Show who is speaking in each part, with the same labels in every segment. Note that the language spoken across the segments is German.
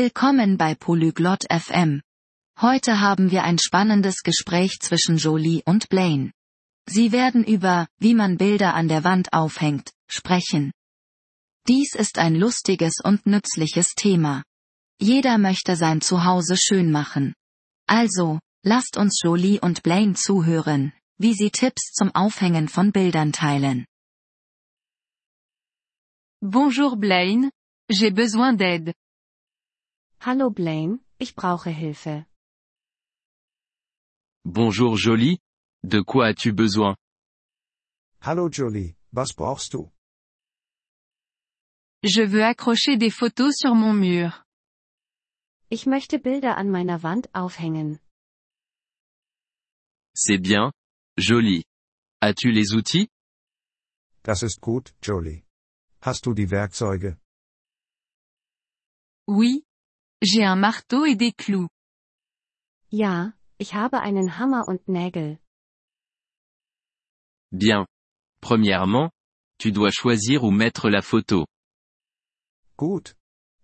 Speaker 1: Willkommen bei Polyglot FM. Heute haben wir ein spannendes Gespräch zwischen Jolie und Blaine. Sie werden über, wie man Bilder an der Wand aufhängt, sprechen. Dies ist ein lustiges und nützliches Thema. Jeder möchte sein Zuhause schön machen. Also, lasst uns Jolie und Blaine zuhören, wie sie Tipps zum Aufhängen von Bildern teilen.
Speaker 2: Bonjour Blaine, j'ai besoin d'aide.
Speaker 3: Hallo Blaine, ich brauche Hilfe.
Speaker 4: Bonjour Jolie, de quoi as-tu besoin
Speaker 5: Hallo Jolie, was brauchst du?
Speaker 2: Je veux accrocher des photos sur mon mur.
Speaker 3: Ich möchte Bilder an meiner Wand aufhängen.
Speaker 4: C'est bien. Jolie. As-tu les outils
Speaker 5: Das ist gut, Jolie. Hast du die Werkzeuge?
Speaker 2: Oui. J'ai un marteau et des clous.
Speaker 3: Ja, ich habe einen Hammer und Nägel.
Speaker 4: Bien. Premièrement, tu dois choisir où mettre la photo.
Speaker 5: Gut.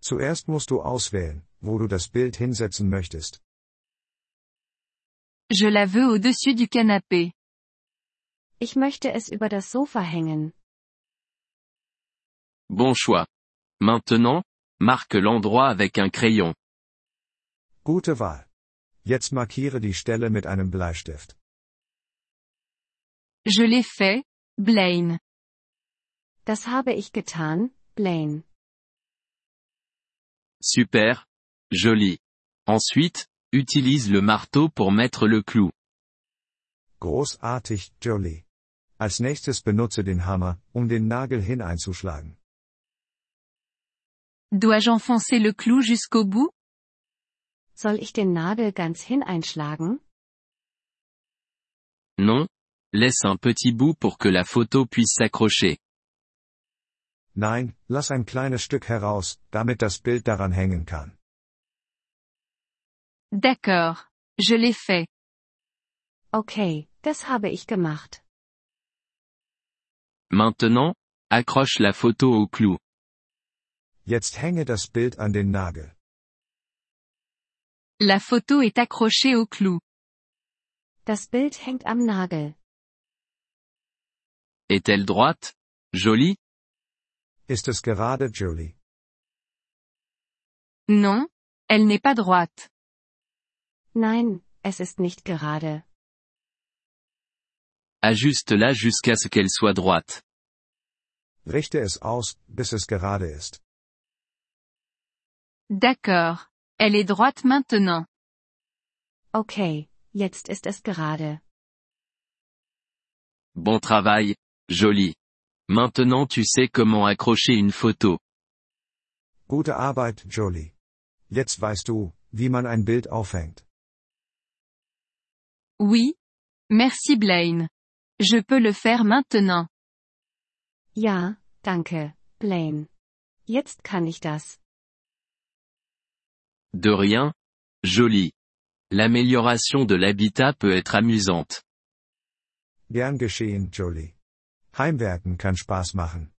Speaker 5: Zuerst musst du auswählen, wo du das Bild hinsetzen möchtest.
Speaker 2: Je la veux au-dessus du canapé.
Speaker 3: Ich möchte es über das Sofa hängen.
Speaker 4: Bon choix. Maintenant, marque l'endroit avec un crayon.
Speaker 5: Gute Wahl. Jetzt markiere die Stelle mit einem Bleistift.
Speaker 2: Je l'ai fait, Blaine.
Speaker 3: Das habe ich getan, Blaine.
Speaker 4: Super. Jolie. Ensuite, utilise le marteau pour mettre le clou.
Speaker 5: Großartig, Jolie. Als nächstes benutze den Hammer, um den Nagel hineinzuschlagen.
Speaker 2: Dois-je enfoncer le clou jusqu'au bout
Speaker 3: Soll ich den Nagel ganz hineinschlagen?
Speaker 4: Non. Laisse un petit bout pour que la photo puisse s'accrocher.
Speaker 5: Nein, lass ein kleines Stück heraus, damit das Bild daran hängen kann.
Speaker 2: D'accord. Je l'ai fait.
Speaker 3: Okay, das habe ich gemacht.
Speaker 4: Maintenant, accroche la photo au clou.
Speaker 5: Jetzt hänge das Bild an den Nagel.
Speaker 2: La photo est accrochée au clou.
Speaker 3: Das Bild hängt am Nagel.
Speaker 4: Est-elle droite Jolie
Speaker 5: Ist es gerade, Jolie?
Speaker 2: Non, elle n'est pas droite.
Speaker 3: Nein, es ist nicht gerade.
Speaker 4: Ajuste-la jusqu'à ce qu'elle soit droite.
Speaker 5: Richte es aus, bis es gerade ist.
Speaker 2: D'accord. Elle est droite maintenant.
Speaker 3: Okay, jetzt ist es gerade.
Speaker 4: Bon travail, Jolie. Maintenant tu sais comment accrocher une photo.
Speaker 5: Gute Arbeit, Jolie. Jetzt weißt du, wie man ein Bild aufhängt.
Speaker 2: Oui. Merci Blaine. Je peux le faire maintenant.
Speaker 3: Ja, danke, Blaine. Jetzt kann ich das.
Speaker 4: De rien. Jolie. L'amélioration de l'habitat peut être amusante.
Speaker 5: Gern geschehen, Jolie. Heimwerken kann Spaß machen.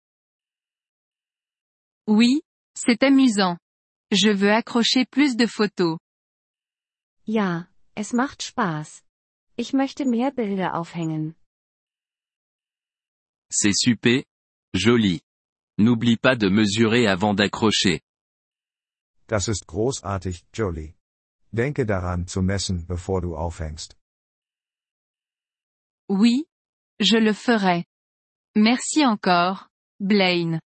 Speaker 2: Oui, c'est amusant. Je veux accrocher plus de photos.
Speaker 3: Ja, es macht Spaß. Ich möchte mehr Bilder aufhängen.
Speaker 4: C'est super. Jolie. N'oublie pas de mesurer avant d'accrocher.
Speaker 5: Das ist großartig, Jolie. Denke daran zu messen, bevor du aufhängst.
Speaker 2: Oui, je le ferai. Merci encore, Blaine.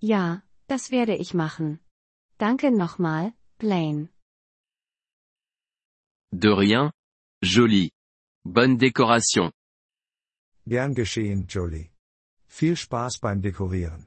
Speaker 3: Ja, das werde ich machen. Danke nochmal, Blaine.
Speaker 4: De rien. Jolie. Bonne décoration.
Speaker 5: Gern geschehen, Jolie. Viel Spaß beim Dekorieren.